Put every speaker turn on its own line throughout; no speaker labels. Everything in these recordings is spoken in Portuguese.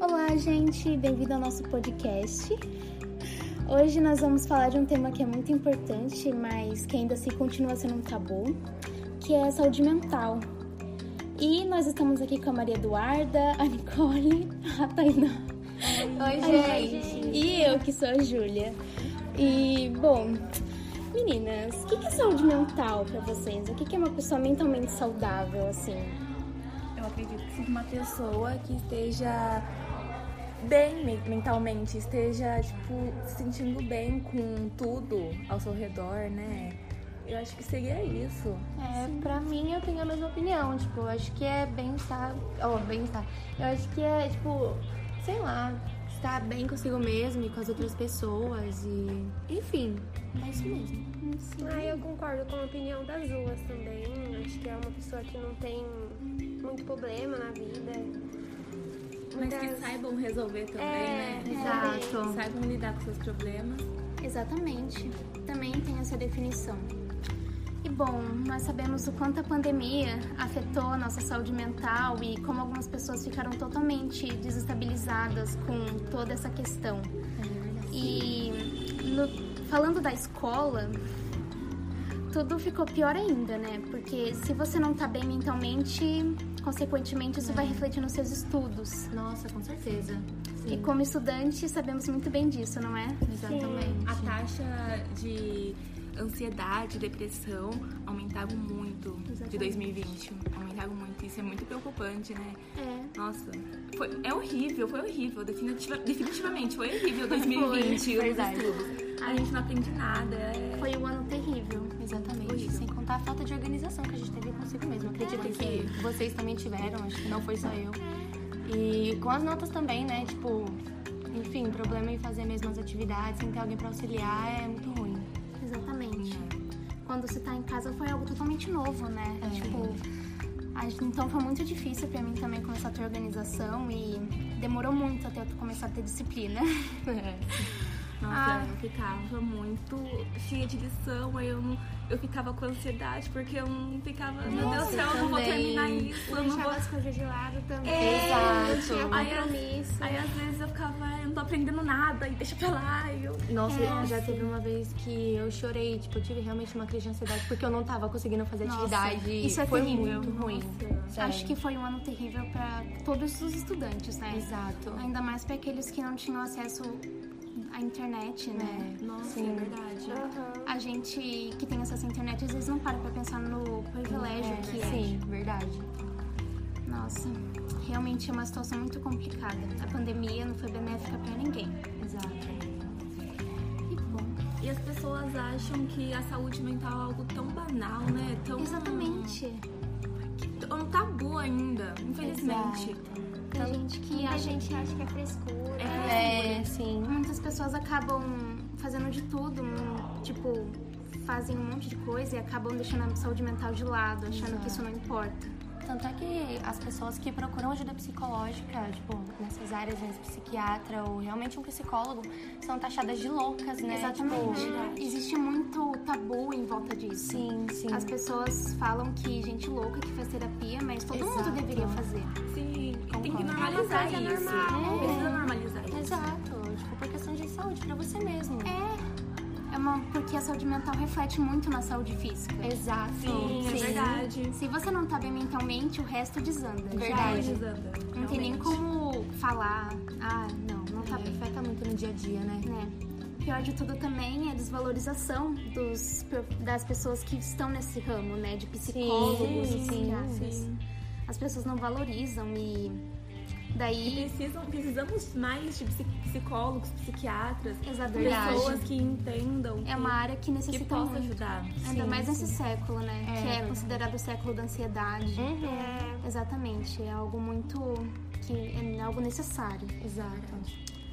Olá, gente, bem-vindo ao nosso podcast. Hoje nós vamos falar de um tema que é muito importante, mas que ainda assim continua sendo um tabu, que é a saúde mental. E nós estamos aqui com a Maria Eduarda, a Nicole, a Tainá
Oi,
Ai,
gente.
e eu, que sou a Júlia. E, bom, meninas, o que que é saúde mental pra vocês? O que que é uma pessoa mentalmente saudável, assim?
Eu acredito que seja uma pessoa que esteja bem me- mentalmente, esteja, tipo, se sentindo bem com tudo ao seu redor, né? Eu acho que seria isso.
É, pra mim eu tenho a mesma opinião, tipo, eu acho que é bem-estar, ó, bem-estar, eu acho que é, tipo, sei lá, estar bem consigo mesmo e com as outras pessoas e, enfim, é isso mesmo.
Ah, eu concordo com a opinião das duas também. Acho que é uma pessoa que não tem muito problema na vida.
Mas que
Muitas-
saibam resolver também,
É,
né?
Exato.
Saibam lidar com seus problemas.
Exatamente. Também tem essa definição. E bom, nós sabemos o quanto a pandemia afetou a nossa saúde mental e como algumas pessoas ficaram totalmente desestabilizadas com toda essa questão. E no- falando da escola, tudo ficou pior ainda, né? Porque se você não tá bem mentalmente, consequentemente isso vai refletir nos seus estudos.
Nossa, com certeza.
E como estudante, sabemos muito bem disso, não é?
Exatamente.
A taxa de ansiedade, depressão aumentaram muito de 2020. Aumentaram muito. Isso é muito preocupante, né?
É.
Nossa, foi, é horrível, foi horrível. definitiva- definitivamente, foi horrível 2020. os
verdade.
estudos. A gente não aprende nada. é-
Foi um ano terrível.
Exatamente, sem contar a falta de organização que a gente teve consigo mesmo. Acredito que vocês também tiveram, acho que não foi só eu. E com as notas também, né? Tipo, enfim, problema em fazer mesmo as atividades, sem ter alguém pra auxiliar é muito ruim.
Exatamente. Quando você tá em casa foi algo totalmente novo, né? Tipo, a- então foi muito difícil pra mim também começar a ter organização e demorou muito até eu começar a ter disciplina.
Nossa, eu ficava muito cheia de lição, aí eu, não- eu ficava com ansiedade, porque eu não ficava, meu Deus do céu, eu não vou
também.
terminar isso, eu não vou.
Deixava as coisas de lado também.
É,
não tinha
aí as-
compromisso.
Aí às vezes eu ficava, ai, eu não tô aprendendo nada, e deixa pra lá, e eu.
Nossa, já teve uma vez que eu chorei, tipo, eu tive realmente uma crise de ansiedade porque eu não tava conseguindo fazer
Nossa,
atividade.
isso é
foi
terrível.
muito ruim. sério.
Acho que foi um ano terrível pra todos os estudantes, né?
Exato.
Ainda mais pra aqueles que não tinham acesso à internet, né?
É.
Nossa,
Sim.
é verdade.
Aham.
A gente que tem acesso à internet às vezes não para pra pensar no privilégio
É,
que
Sim, verdade.
Nossa, realmente é uma situação muito complicada. A pandemia não foi benéfica pra ninguém.
Exato.
Que bom.
E as pessoas acham que a saúde mental é algo tão banal, né? Tão,
Exatamente.
É um tabu ainda, infelizmente.
Tem gente que
A
acha
gente acha que é frescura.
É, sim.
muitas pessoas acabam fazendo de tudo, um- tipo, fazem um monte de coisa e acabam deixando a saúde mental de lado, achando que isso não importa.
Tanto é que as pessoas que procuram ajuda psicológica, tipo, nessas áreas, né, psiquiatra ou realmente um psicólogo, são taxadas de loucas, né?
Exatamente.
Tipo,
Existe muito tabu em volta disso.
sim, sim.
As pessoas falam que gente louca que faz terapia, mas todo
Exato.
mundo deveria fazer.
Sim, e tem que
Concordo.
normalizar
É uma coisa
isso.
normal.
Precisa normalizar isso.
Exato. Tipo, por questão de saúde, pra você mesmo.
É uma, porque a saúde mental reflete muito na saúde física.
Exato.
Sim, é verdade.
Se você não tá bem mentalmente, o resto desanda. Já
Verdade.
Normalizando,
Não tem nem
realmente.
como falar, ah, não, não tá bem.
Afeta muito no dia a dia, né?
Né? Pior de tudo também é a desvalorização dos, das pessoas que estão nesse ramo, né? De psicólogos,
Sim, sim,
psiquiatras.
Sim.
As pessoas não valorizam e
E
daí
precisam, precisamos mais de psi- psicólogos, psiquiatras,
exagerado.
pessoas que entendam,
É uma área que
que, que
necessita
possam
muito.
ajudar.
Ainda
Sim,
mais
sim.
nesse século, né? que é
verdade.
considerado o século da ansiedade.
Uhum.
É,
Exatamente, é algo muito que é algo necessário.
Exato.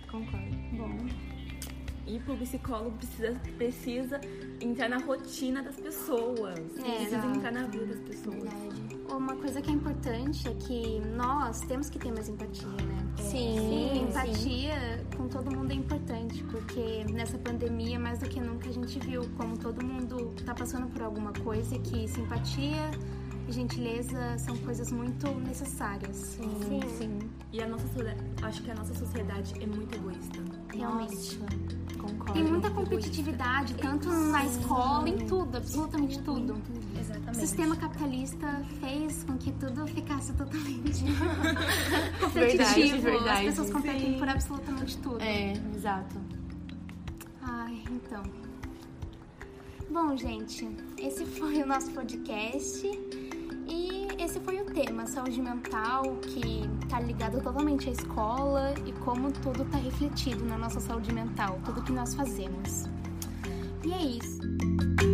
Concordo.
Bom,
E o psicólogo precisa, precisa entrar na rotina das pessoas. precisa
exato.
entrar na vida das pessoas.
Verdade.
uma coisa que é importante é que nós temos que ter mais empatia, né?
Sim,
empatia com todo mundo é importante, porque nessa pandemia, mais do que nunca, a gente viu como todo mundo tá passando por alguma coisa e que simpatia e gentileza são coisas muito necessárias.
Sim.
E a nossa sociedade, acho que a nossa sociedade é muito egoísta.
Realmente.
Concordo.
Tem muita competitividade, tanto na escola, em tudo, absolutamente tudo. O
Exatamente.
sistema capitalista fez com que tudo ficasse totalmente
Verdade,
competitivo. As
verdade.
pessoas competem por absolutamente tudo.
É, exato.
Ai, então. Bom, gente, esse foi o nosso podcast. E esse foi o tema, saúde mental, que tá ligado totalmente à escola e como tudo tá refletido na nossa saúde mental, tudo que nós fazemos. E é isso.